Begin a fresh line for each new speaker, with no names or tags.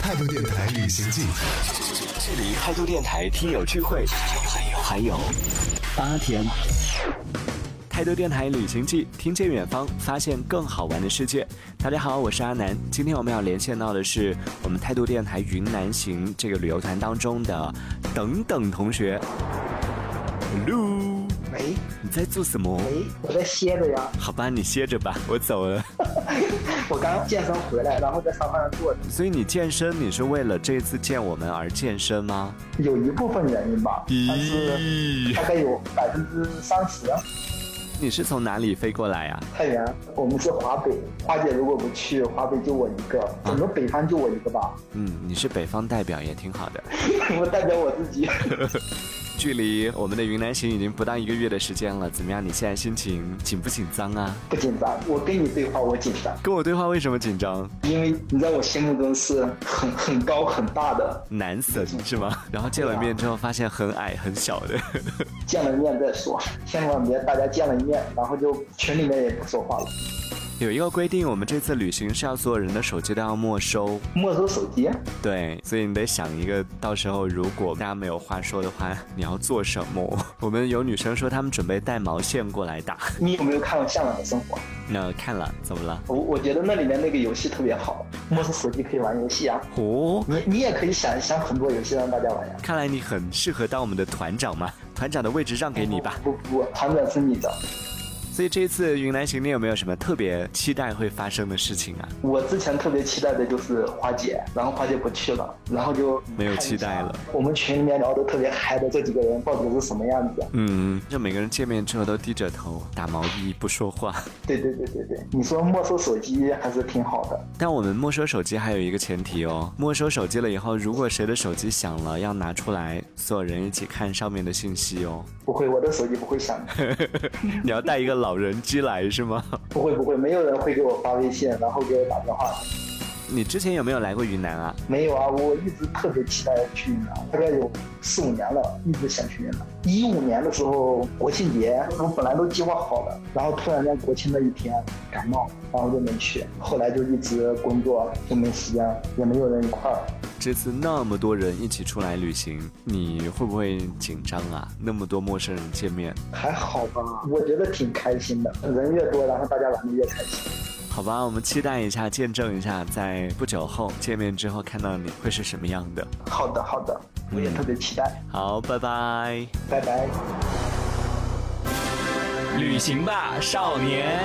态度电台旅行记，
这里态度电台听友聚会，还有八天。态度电台旅行记，听见远方，发现更好玩的世界。大家好，我是阿南。今天我们要连线到的是我们态度电台云南行这个旅游团当中的等等同学。Hello，
喂
你在做什么？
喂，我在歇着呀，
好吧，你歇着吧，我走了。
我刚健身回来，然后在沙发上坐着，
所以你健身，你是为了这次见我们而健身吗？
有一部分原因吧，但是
咦，
大概有百分之三十。啊
你是从哪里飞过来啊呀、
太原，我们是华北，花姐如果不去，华北就我一个，整个北方就我一个吧，
嗯，你是北方代表也挺好的。
我代表我自己。
距离我们的云南行已经不到一个月的时间了，怎么样？你现在心情紧不紧张啊？
不紧张，我跟你对话我紧张，
跟我对话为什么紧张？
因为你在我心目中是很很高很大的，
男神是 吗？然后见了面之后发现很矮很小的，
见了面再说，千万别大家见了面，然后就群里面也不说话了，
有一个规定，我们这次旅行是要所有人的手机都要没收，
没收手机。
对，所以你得想一个，到时候如果大家没有话说的话，你要做什么？ 我们有女生说她们准备带毛线过来打，
你有没有看过《向往的生活》？
那看了怎么了？
我我觉得那里面那个游戏特别好，摸索手机可以玩游戏啊，
哦，
你你也可以想一想很多游戏让大家玩呀。
看来你很适合当我们的团长嘛，团长的位置让给你吧。
不不，不团长是你的。
所以这一次云南行，你有没有什么特别期待会发生的事情啊？
我之前特别期待的就是花姐，然后花姐不去了，然后就
没有期待了。
我们群里面聊得特别嗨的这几个人到底是什么样子？
嗯，就每个人见面之后都低着头打毛衣不说话。
对对对对对，你说没收手机还是挺好的。
但我们没收手机还有一个前提哦，没收手机了以后，如果谁的手机响了，要拿出来，所有人一起看上面的信息哦。
不会，我的手机不会响的，
你要带一个老人机来是吗？
不会不会，没有人会给我发微信，然后给我打电话的。
你之前有没有来过云南啊？
没有啊，我一直特别期待去云南，大概有啊四五年了，一直想去云南。一五年的时候，国庆节我本来都计划好了，然后突然间国庆那一天感冒，然后就没去。后来就一直工作，就没时间，也没有人一块儿。
这次那么多人一起出来旅行，你会不会紧张啊？那么多陌生人见面，
还好吧，我觉得挺开心的，人越多，然后大家玩的越开心。
好吧，我们期待一下，见证一下，在不久后见面之后看到你会是什么样的。
好的，好的，我也特别期待。
好，拜拜。
拜拜。
旅行吧，少年。